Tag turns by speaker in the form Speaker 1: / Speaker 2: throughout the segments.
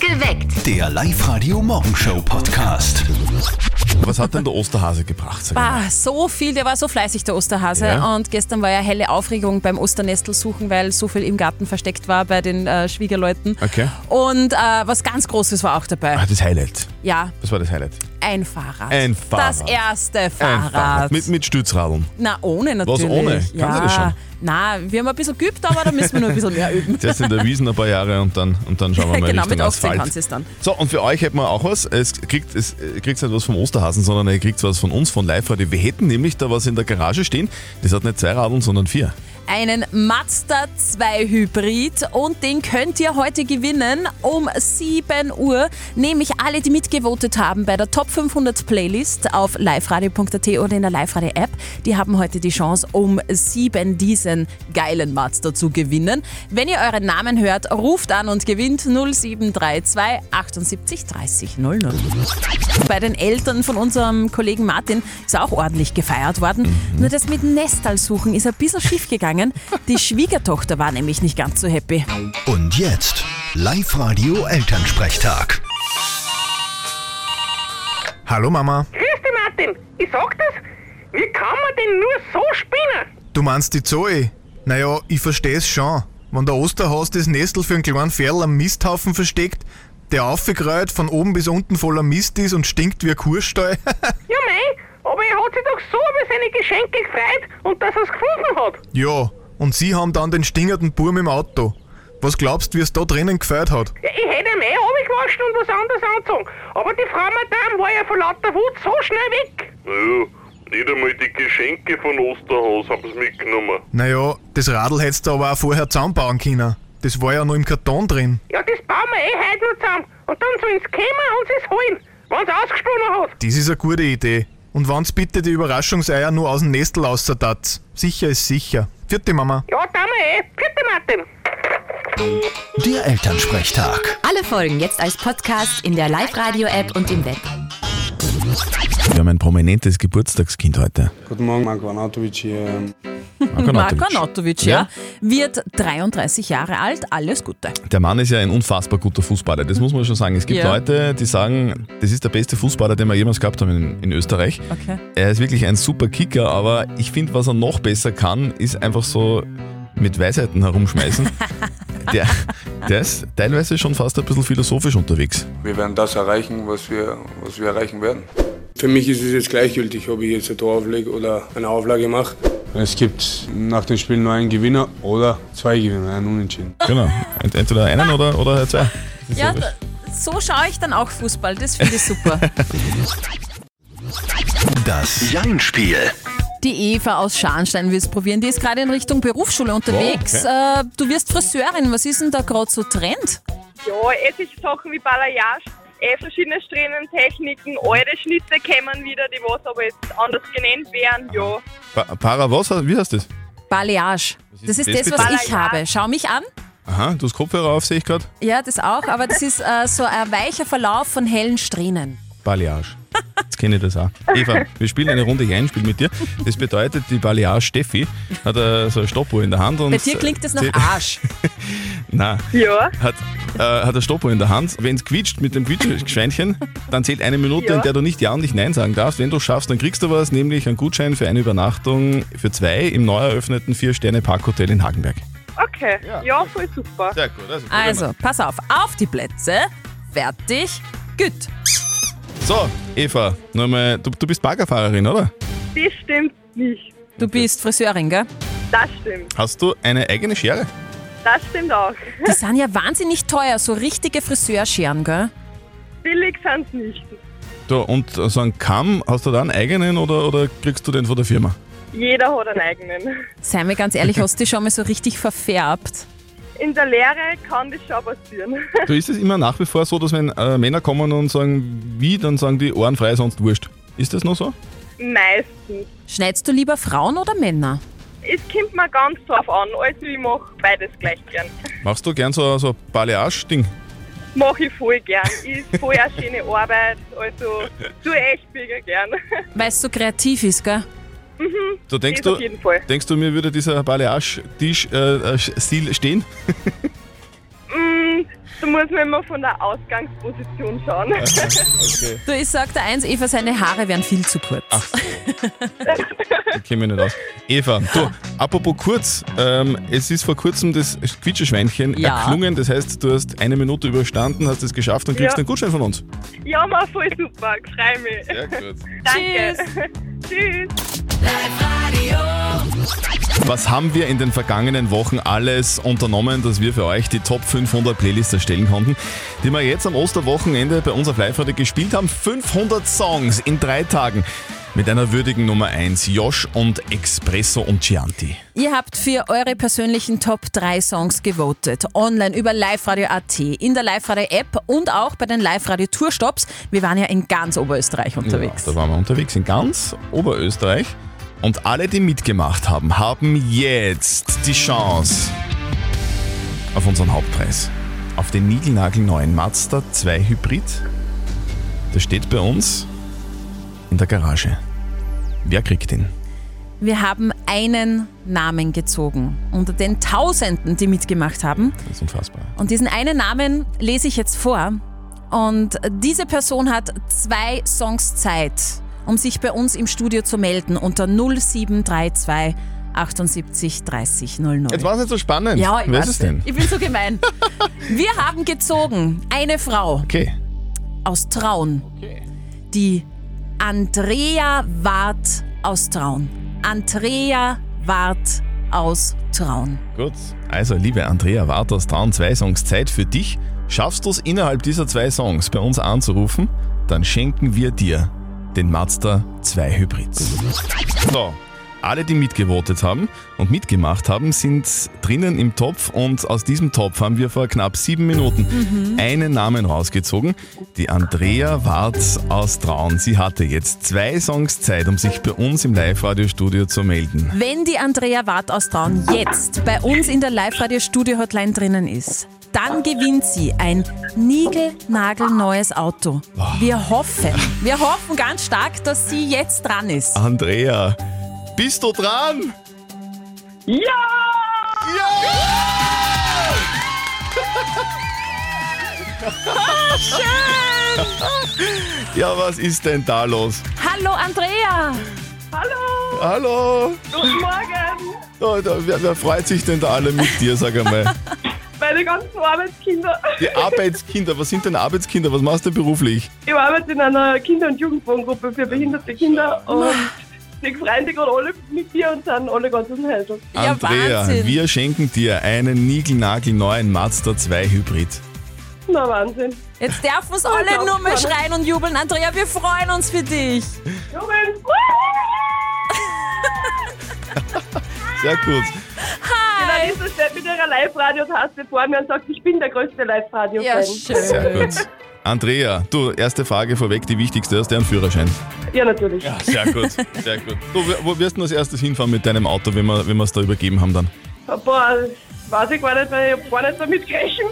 Speaker 1: Geweckt.
Speaker 2: Der Live-Radio-Morgenshow-Podcast.
Speaker 3: Was hat denn der Osterhase gebracht? Sag mal?
Speaker 4: Bah, Ah, so viel, der war so fleißig, der Osterhase.
Speaker 3: Ja.
Speaker 4: Und gestern war ja helle Aufregung beim Osternestel suchen, weil so viel im Garten versteckt war bei den äh, Schwiegerleuten.
Speaker 3: Okay.
Speaker 4: Und äh, was ganz Großes war auch dabei.
Speaker 3: Ah, das Highlight.
Speaker 4: Ja,
Speaker 3: Das war das Highlight.
Speaker 4: ein Fahrrad.
Speaker 3: Ein Fahrrad.
Speaker 4: Das erste
Speaker 3: Ein
Speaker 4: Fahrrad.
Speaker 3: Mit, mit Stützradeln.
Speaker 4: Na, ohne natürlich.
Speaker 3: ohne? Kann
Speaker 4: ja.
Speaker 3: sie das schon?
Speaker 4: Na, wir haben ein bisschen geübt, aber da müssen wir nur ein bisschen mehr üben.
Speaker 3: Jetzt in der Wiesen ein paar Jahre und dann, und dann schauen wir mal
Speaker 4: genau,
Speaker 3: Richtung
Speaker 4: mit 18
Speaker 3: Asphalt.
Speaker 4: kannst du es dann.
Speaker 3: So, und für euch hätten wir auch was. Es kriegt, es äh, kriegt nicht was vom Osterhasen, sondern ihr kriegt was von uns, von Live Radio. Wir hätten nämlich da was in der Garage stehen. Das hat nicht zwei Radeln, sondern vier.
Speaker 4: einen Mazda 2 Hybrid und den könnt ihr heute gewinnen um 7 Uhr. Nämlich alle, die mitgevotet haben bei der Top 500 Playlist auf liveradio.at oder in der Live-Radio App, die haben heute die Chance, um 7 diesen geilen Mazda zu gewinnen. Wenn ihr euren Namen hört, ruft an und gewinnt 0732 78 30 00. Bei den Eltern von unserem Kollegen Martin ist auch ordentlich gefeiert worden. Nur das mit Nestal suchen ist ein bisschen schief gegangen. Die Schwiegertochter war nämlich nicht ganz so happy.
Speaker 2: Und jetzt Live-Radio-Elternsprechtag.
Speaker 5: Hallo Mama,
Speaker 6: Grüß dich, Martin. Ich sag das, wie kann man denn nur so spinnen?
Speaker 5: du meinst die Zoe? Naja, ich versteh's schon. Wenn der Osterhas das Nestel für einen kleinen Ferl am Misthaufen versteckt, der aufgeräut von oben bis unten voller Mist ist und stinkt wie ein Kuhstall.
Speaker 6: Ja, mei, aber er hat sich doch so über seine Geschenke gefreut und dass er es gefunden hat.
Speaker 5: ja, und sie haben dann den stingernden Burm im Auto. Was glaubst, wie es da drinnen gefeiert hat?
Speaker 6: Ja, ich hätte ihm eh runtergewaschen und was anderes angezogen. Aber die Frau Madame war ja vor lauter Wut so schnell weg.
Speaker 7: Naja, nicht einmal die Geschenke von Osterhaus haben sie mitgenommen.
Speaker 5: Naja, das Radl hättest du aber auch vorher zusammenbauen können. Das war ja noch im Karton drin.
Speaker 6: Ja, das bauen wir eh heute noch zusammen. Und dann sollen sie kommen und sie es holen, wenn sie ausgesponnen hat.
Speaker 5: Das ist eine gute Idee. Und wenn's bitte die Überraschungseier nur aus dem Nestel aussertatz. Sicher ist sicher. Vierte Mama.
Speaker 6: Ja, da wir eh. Vierte Martin.
Speaker 2: Der Elternsprechtag.
Speaker 8: Alle Folgen jetzt als Podcast in der Live-Radio-App und im Web.
Speaker 3: Wir haben ein prominentes Geburtstagskind heute.
Speaker 9: Guten Morgen, Marko Arnautovic hier.
Speaker 4: Marko Nautovic, ja,
Speaker 3: Ja.
Speaker 4: wird 33 Jahre alt. Alles Gute.
Speaker 3: Der Mann ist ja ein unfassbar guter Fußballer, das muss man schon sagen. Es gibt
Speaker 4: Ja.
Speaker 3: Leute, die sagen, das ist der beste Fußballer, den wir jemals gehabt haben in, in Österreich.
Speaker 4: Okay.
Speaker 3: Er ist wirklich ein super Kicker, aber ich finde, was er noch besser kann, ist einfach so mit Weisheiten herumschmeißen. der, der ist teilweise schon fast ein bisschen philosophisch unterwegs.
Speaker 9: Wir werden das erreichen, was wir, was wir erreichen werden. Für mich ist es jetzt gleichgültig, ob ich jetzt ein Tor auflege oder eine Auflage mache. Es gibt nach dem Spiel nur einen Gewinner oder zwei Gewinner, einen Unentschieden.
Speaker 3: Genau. Ent- Entweder einen oder, oder zwei.
Speaker 4: Ja, d- so schaue ich dann auch Fußball. Das finde ich super.
Speaker 2: Das Jein-Spiel.
Speaker 4: Die Eva aus Scharnstein will es probieren. Die ist gerade in Richtung Berufsschule unterwegs. Äh, du wirst Friseurin. Was ist denn da gerade so Trend?
Speaker 10: Ja, etliche Sachen wie Balayage, eh verschiedene Strähnentechniken, alte Schnitte kämen wieder, die was aber jetzt anders genannt wären, ja.
Speaker 3: Pa Para, was? Wie heißt das?
Speaker 4: Balayage. Das
Speaker 3: das
Speaker 4: ist das,
Speaker 3: bitte?
Speaker 4: was ich
Speaker 10: Balayage.
Speaker 4: habe. Schau mich an.
Speaker 3: Aha, du hast Kopfhörer auf, sehe ich gerade.
Speaker 4: Ja, das auch, aber das ist äh, so ein weicher Verlauf von hellen Strähnen.
Speaker 3: Balayage. Jetzt kenne ich das auch. Eva, wir spielen eine Runde Jein-Spiel mit dir. Das bedeutet, die Balayage Steffi hat äh, so eine Stoppuhr in der Hand. Und
Speaker 4: Bei dir klingt das nach
Speaker 3: sie-
Speaker 4: Arsch.
Speaker 3: Nein.
Speaker 10: Ja,
Speaker 3: Hat, äh, hat eine Stoppuhr in der Hand. Wenn es quietscht mit dem Quietschschweinchen, dann zählt eine Minute,
Speaker 10: Ja.
Speaker 3: in der du nicht Ja und nicht Nein sagen darfst. Wenn du schaffst, dann kriegst du was, nämlich einen Gutschein für eine Übernachtung für zwei im neu eröffneten Vier-Sterne-Parkhotel in Hagenberg.
Speaker 10: okay. Ja, voll super.
Speaker 3: Sehr gut. Also,
Speaker 4: Also, pass auf, auf die Plätze. Fertig, gut.
Speaker 3: So, Eva, nochmal, du, du bist Baggerfahrerin, oder?
Speaker 10: Das stimmt nicht.
Speaker 4: Du bist Friseurin, gell?
Speaker 10: Das stimmt.
Speaker 3: Hast du eine eigene Schere?
Speaker 10: Das stimmt auch.
Speaker 4: Die sind ja wahnsinnig teuer, so richtige Friseurscheren, gell?
Speaker 10: Billig sind's nicht.
Speaker 3: Du, und so einen Kamm, hast du da einen eigenen oder, oder kriegst du den von der Firma?
Speaker 10: Jeder hat einen eigenen.
Speaker 4: Sei mir ganz ehrlich, hast du die schon mal so richtig verfärbt?
Speaker 10: In der Lehre kann das schon passieren.
Speaker 3: Du ist es immer nach wie vor so, dass wenn äh, Männer kommen und sagen, wie, dann sagen die Ohren frei, sonst wurscht. Ist das noch so?
Speaker 10: Meistens.
Speaker 4: Schneidest du lieber Frauen oder Männer?
Speaker 10: Es kommt mir ganz drauf an. Also ich mache beides gleich gern.
Speaker 3: Machst du gern so, so ein Balayage-Ding?
Speaker 10: Mache ich voll gern. Ist voll eine schöne Arbeit. Also tue echt mega gern.
Speaker 4: Weil es so kreativ ist, gell?
Speaker 3: Du denkst
Speaker 10: Das
Speaker 3: du,
Speaker 10: auf jeden Fall.
Speaker 3: denkst du, mir würde äh, dieser Balayage-Tisch-Stil stehen?
Speaker 10: da muss man immer von der Ausgangsposition schauen.
Speaker 3: Okay.
Speaker 4: Du, ich sag dir eins, Eva, seine Haare wären viel zu kurz.
Speaker 3: Ach so. Ich kenne mich nicht aus. Eva, du, apropos kurz, ähm, es ist vor kurzem das Quietscheschweinchen
Speaker 4: Ja.
Speaker 3: erklungen, das heißt, du hast eine Minute überstanden, hast es geschafft und kriegst
Speaker 10: Ja.
Speaker 3: einen Gutschein von uns.
Speaker 10: ja, mal voll super, freue mich.
Speaker 3: Sehr gut.
Speaker 10: Danke. Tschüss.
Speaker 3: Was haben wir in den vergangenen Wochen alles unternommen, dass wir für euch die Top 500 Playlist erstellen konnten, die wir jetzt am Osterwochenende bei uns auf Live-Radio gespielt haben? 500 Songs in drei Tagen mit einer würdigen Nummer 1, Josh und Espresso und Chianti.
Speaker 4: Ihr habt für eure persönlichen Top 3 Songs gewotet. Online über liveradio.at, in der Live-Radio-App und auch bei den Live-Radio-Tourstops. Wir waren ja in ganz Oberösterreich unterwegs.
Speaker 3: Ja, da waren wir unterwegs in ganz Oberösterreich. Und alle, die mitgemacht haben, haben jetzt die Chance auf unseren Hauptpreis. Auf den niegelnagelneuen Mazda 2 Hybrid. Der steht bei uns in der Garage. Wer kriegt ihn?
Speaker 4: Wir haben einen Namen gezogen unter den Tausenden, die mitgemacht haben.
Speaker 3: Das ist unfassbar.
Speaker 4: Und diesen einen Namen lese ich jetzt vor. Und diese Person hat zwei Songs Zeit, um sich bei uns im Studio zu melden unter 0732 78 30 00.
Speaker 3: Jetzt war es nicht so spannend.
Speaker 4: Ja, ich
Speaker 3: Wer
Speaker 4: weiß
Speaker 3: ist es denn?
Speaker 4: Ich bin so gemein. Wir haben gezogen eine Frau
Speaker 3: Okay.
Speaker 4: aus Traun. Die Andrea Wart aus Traun. Andrea Wart aus Traun.
Speaker 3: Gut. Also, liebe Andrea Warters, Traum zwei Songs Zeit für dich. Schaffst du es innerhalb dieser zwei Songs bei uns anzurufen, dann schenken wir dir den Mazda 2 Hybrid. So, alle, die mitgevotet haben und mitgemacht haben, sind drinnen im Topf und aus diesem Topf haben wir vor knapp sieben Minuten einen Namen rausgezogen. Die Andrea Warz aus Traun. Sie hatte jetzt zwei Songs Zeit, um sich bei uns im Live-Radio-Studio zu melden.
Speaker 4: Wenn die Andrea Wart aus Traun jetzt bei uns in der Live-Radio-Studio-Hotline drinnen ist, dann gewinnt sie ein niegelnagelneues Auto. Wir hoffen, wir hoffen ganz stark, dass sie jetzt dran ist.
Speaker 3: Andrea, bist du dran?
Speaker 6: Ja!
Speaker 3: Ja! Ja, was ist denn da los?
Speaker 4: Hallo Andrea!
Speaker 10: Hallo,
Speaker 3: Hallo!
Speaker 10: guten Morgen.
Speaker 3: Oh, da, wer, wer freut sich denn da alle mit dir, sag einmal?
Speaker 10: Meine ganzen Arbeitskinder.
Speaker 3: Die Arbeitskinder, was sind denn Arbeitskinder? Was machst du beruflich?
Speaker 10: Ich arbeite in einer Kinder- und Jugendwohngruppe für behinderte Kinder und die freuen sich gerade alle mit dir und sind alle ganz unheilsam.
Speaker 4: Ja,
Speaker 3: Andrea,
Speaker 4: Wahnsinn.
Speaker 3: wir schenken dir einen niegelnagelneuen Mazda 2 Hybrid.
Speaker 10: Na, Wahnsinn.
Speaker 4: Jetzt dürfen uns alle nur mehr schreien und jubeln. Andrea, wir freuen uns für dich.
Speaker 10: Jungen!
Speaker 3: Sehr gut.
Speaker 10: Dann ist es der mit ihrer Live-Radio-Taste vor mir und sagt, ich bin der größte Live-Radio-Fan.
Speaker 4: Ja,
Speaker 3: Sehr
Speaker 4: schön.
Speaker 3: gut. Andrea, du, erste Frage vorweg, die wichtigste, hast du einen Führerschein?
Speaker 10: Ja, natürlich.
Speaker 3: Sehr gut, sehr gut. Du, wo- wo wirst du denn als erstes hinfahren mit deinem Auto, wenn wir wenn wir es da übergeben haben dann?
Speaker 10: Boah, weiß ich gar nicht, weil ich hab gar nicht damit gerechnet.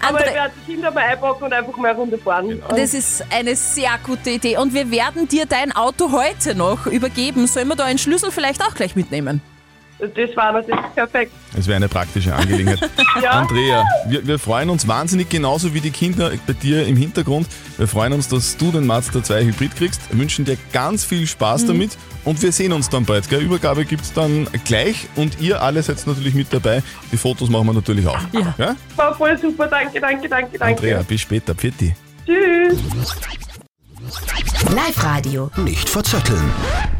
Speaker 10: Aber ich
Speaker 4: Andre
Speaker 10: werde das Kinder mal einpacken und einfach mal eine Runde fahren. Und
Speaker 4: das ist eine sehr gute Idee. Und wir werden dir dein Auto heute noch übergeben. Sollen wir da einen Schlüssel vielleicht auch gleich mitnehmen?
Speaker 10: das war natürlich perfekt.
Speaker 3: Es wäre eine praktische Angelegenheit.
Speaker 10: Ja.
Speaker 3: Andrea, wir, wir freuen uns wahnsinnig, genauso wie die Kinder bei dir im Hintergrund. Wir freuen uns, dass du den Mazda 2 Hybrid kriegst, wünschen dir ganz viel Spaß damit und wir sehen uns dann bald. Gell? Übergabe gibt es dann gleich und ihr alle seid natürlich mit dabei. Die Fotos machen wir natürlich auch.
Speaker 4: Ja.
Speaker 3: Gell?
Speaker 10: War voll super, danke, danke, danke, danke.
Speaker 3: Andrea, bis später. Pfiat
Speaker 10: Tschüss.
Speaker 8: Live-Radio.
Speaker 2: Nicht verzetteln.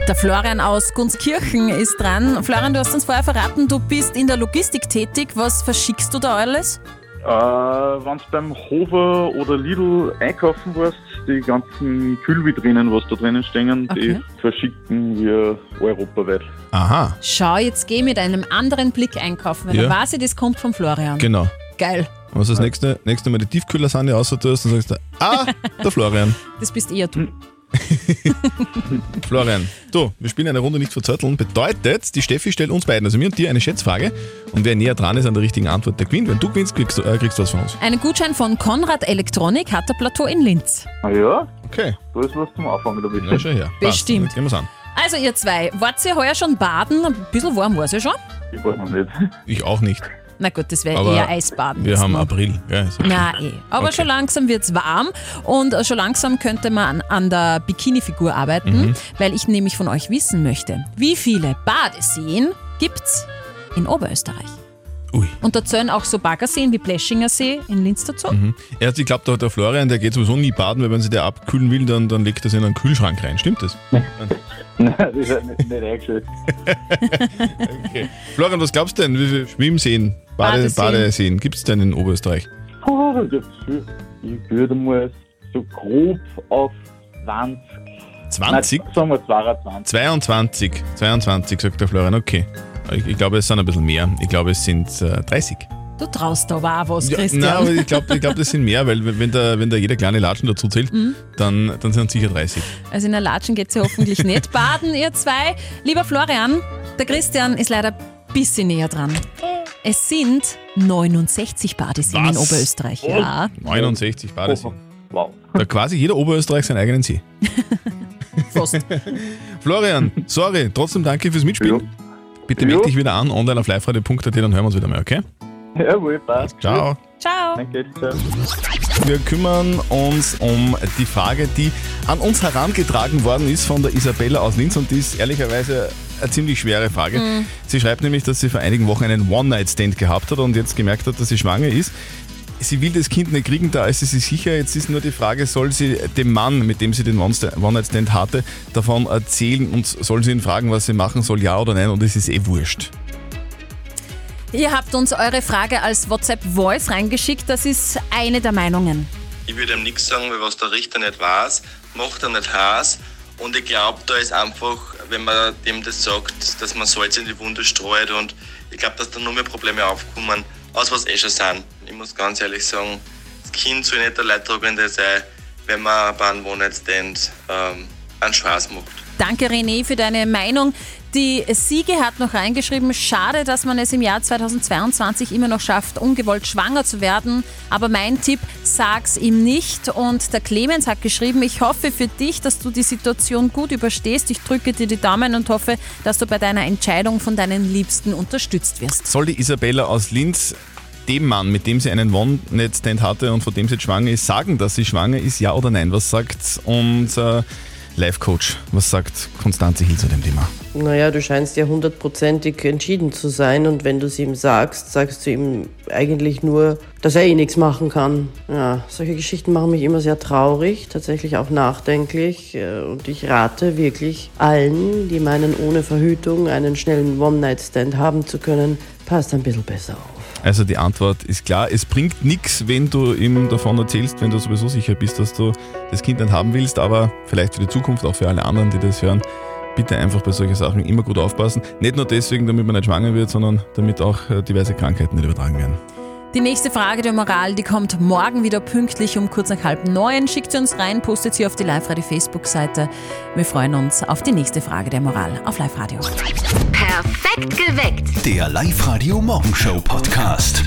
Speaker 4: Der Florian aus Gunskirchen ist dran. Florian, du hast uns vorher verraten, du bist in der Logistik tätig. Was verschickst du da alles?
Speaker 1: Äh, Wenn beim Hofer oder Lidl einkaufen warst, die ganzen Kühlvitrinen, was da drinnen stehen,
Speaker 4: Okay.
Speaker 1: die verschicken wir europaweit.
Speaker 3: Aha,
Speaker 4: Schau, jetzt geh mit einem anderen Blick einkaufen, weil
Speaker 3: Ja.
Speaker 4: da weiß ich, das kommt von Florian.
Speaker 3: genau.
Speaker 4: Geil,
Speaker 3: Und was das nächste, nächste Mal die Tiefkühlersahne außertust und sagst du, ah, der Florian.
Speaker 4: das bist eher
Speaker 3: Hm.
Speaker 4: du.
Speaker 3: Florian, du, wir spielen eine Runde nicht verzötteln. Bedeutet, die Steffi stellt uns beiden, also mir und dir, eine Schätzfrage. Und wer näher dran ist an der richtigen Antwort, der gewinnt. Wenn du gewinnst, kriegst du, äh, kriegst du was von uns.
Speaker 4: Einen Gutschein von Konrad Elektronik hat der Plateau in Linz.
Speaker 1: Ah ja,
Speaker 3: Okay,
Speaker 1: da ist was zum Anfangen damit.
Speaker 3: na schau her. Passt,
Speaker 4: Bestimmt.
Speaker 3: Jetzt gehen wir's an.
Speaker 4: Also ihr zwei, wart ihr heuer schon baden? Ein bisschen warm war es ja schon.
Speaker 1: Ich brauche noch nicht.
Speaker 3: Ich auch nicht.
Speaker 4: Na gut, das wäre
Speaker 3: Aber
Speaker 4: eher Eisbaden.
Speaker 3: Wir haben April. Ja, ist okay.
Speaker 4: Na eh. Aber
Speaker 3: Okay.
Speaker 4: schon langsam wird es warm und äh, schon langsam könnte man an, an der Bikini-Figur arbeiten,
Speaker 3: Mhm.
Speaker 4: weil ich nämlich von euch wissen möchte, wie viele Badeseen gibt's in Oberösterreich?
Speaker 3: Ui.
Speaker 4: Und da zählen auch so Baggerseen wie Pleschinger See in Linz dazu.
Speaker 3: Mhm. Erst, ich glaube, der, der Florian, der geht sowieso nie baden, weil wenn sie der abkühlen will, dann, dann legt er sie in einen Kühlschrank rein. Stimmt das?
Speaker 1: Nein, das ist ja nicht, nicht eingestellt.
Speaker 3: Florian, was glaubst du denn? Wie viele Schwimmseen, Bade,
Speaker 1: Badeseen.
Speaker 3: Badeseen gibt es denn in Oberösterreich?
Speaker 1: Oh, da gibt's viel. Ich würde mal so grob auf 20.
Speaker 3: 20?
Speaker 1: Nein, sagen wir 22.
Speaker 3: 22. 22, sagt der Florian. Okay. Ich, ich glaube, es sind ein bisschen mehr. Ich glaube, es sind äh, 30.
Speaker 4: Du traust da aber auch was,
Speaker 3: Ja,
Speaker 4: Christian.
Speaker 3: Nein, aber ich glaube, ich glaub, das sind mehr, weil wenn- wenn da, wenn da jeder kleine Latschen dazu zählt,
Speaker 4: Mhm.
Speaker 3: dann, dann sind es sicher 30.
Speaker 4: Also in der Latschen geht's ja hoffentlich nicht baden, ihr zwei. Lieber Florian, der Christian ist leider ein bisschen näher dran. Es sind 69 Badeseen in
Speaker 3: Was?
Speaker 4: Oberösterreich. Ja.
Speaker 3: 69 Badeseen. Wow. Da quasi jeder Oberösterreich seinen eigenen See.
Speaker 4: Fast.
Speaker 3: Florian, sorry, trotzdem danke fürs Mitspielen. Bitte melde dich wieder an, online auf liveradio.at, dann hören wir uns wieder mal, okay?
Speaker 1: Jawohl, passt.
Speaker 3: Ciao.
Speaker 4: Ciao.
Speaker 1: Danke, ciao.
Speaker 3: Wir kümmern uns um die Frage, die an uns herangetragen worden ist von der Isabella aus Linz und die ist ehrlicherweise eine ziemlich schwere Frage.
Speaker 11: Mhm.
Speaker 3: Sie schreibt nämlich, dass sie vor einigen Wochen einen One-Night-Stand gehabt hat und jetzt gemerkt hat, dass sie schwanger ist. Sie will das Kind nicht kriegen, da ist sie sich sicher. Jetzt ist nur die Frage, soll sie dem Mann, mit dem sie den One-Sta- One-Night-Stand hatte, davon erzählen und soll sie ihn fragen, was sie machen soll, ja oder nein? Und es ist eh wurscht.
Speaker 4: Ihr habt uns eure Frage als WhatsApp-Voice reingeschickt. Das ist eine der Meinungen.
Speaker 12: Ich würde ihm nichts sagen, weil was der Richter nicht weiß, macht er nicht heiß. Und ich glaube, da ist einfach, wenn man dem das sagt, dass man Salz in die Wunde streut und ich glaube, dass da nur mehr Probleme aufkommen, als was eh schon sind. Ich muss ganz ehrlich sagen, das Kind soll nicht der Leidtragende sein, wenn man bei einem One-Night-Stand ähm, einen Spaß macht.
Speaker 4: Danke René für deine Meinung. Die Siege hat noch reingeschrieben, schade, dass man es im Jahr 2022 immer noch schafft, ungewollt schwanger zu werden. Aber mein Tipp, sag's ihm nicht. Und der Clemens hat geschrieben, ich hoffe für dich, dass du die Situation gut überstehst. Ich drücke dir die Daumen und hoffe, dass du bei deiner Entscheidung von deinen Liebsten unterstützt wirst.
Speaker 3: Soll die Isabella aus Linz dem Mann, mit dem sie einen One-Night-Stand hatte und von dem sie jetzt schwanger ist, sagen, dass sie schwanger ist, ja oder nein? Was sagt unser Life-Coach? Was sagt Konstanze Hill zu dem Thema?
Speaker 13: Naja, du scheinst ja hundertprozentig entschieden zu sein und wenn du es ihm sagst, sagst du ihm eigentlich nur, dass er eh nichts machen kann. Ja, solche Geschichten machen mich immer sehr traurig, tatsächlich auch nachdenklich äh, und ich rate wirklich allen, die meinen, ohne Verhütung einen schnellen One-Night-Stand haben zu können, passt ein bisschen besser auf.
Speaker 3: Also die Antwort ist klar, es bringt nichts, wenn du ihm davon erzählst, wenn du sowieso sicher bist, dass du das Kind nicht haben willst, aber vielleicht für die Zukunft, auch für alle anderen, die das hören, bitte einfach bei solchen Sachen immer gut aufpassen. Nicht nur deswegen, damit man nicht schwanger wird, sondern damit auch äh, diverse Krankheiten nicht übertragen werden.
Speaker 4: Die nächste Frage der Moral, die kommt morgen wieder pünktlich um kurz nach halb neun. Schickt sie uns rein, postet sie auf die Live-Radio-Facebook-Seite. Wir freuen uns auf die nächste Frage der Moral auf Live-Radio.
Speaker 8: Perfekt geweckt.
Speaker 2: Der Live-Radio Morgenshow Podcast.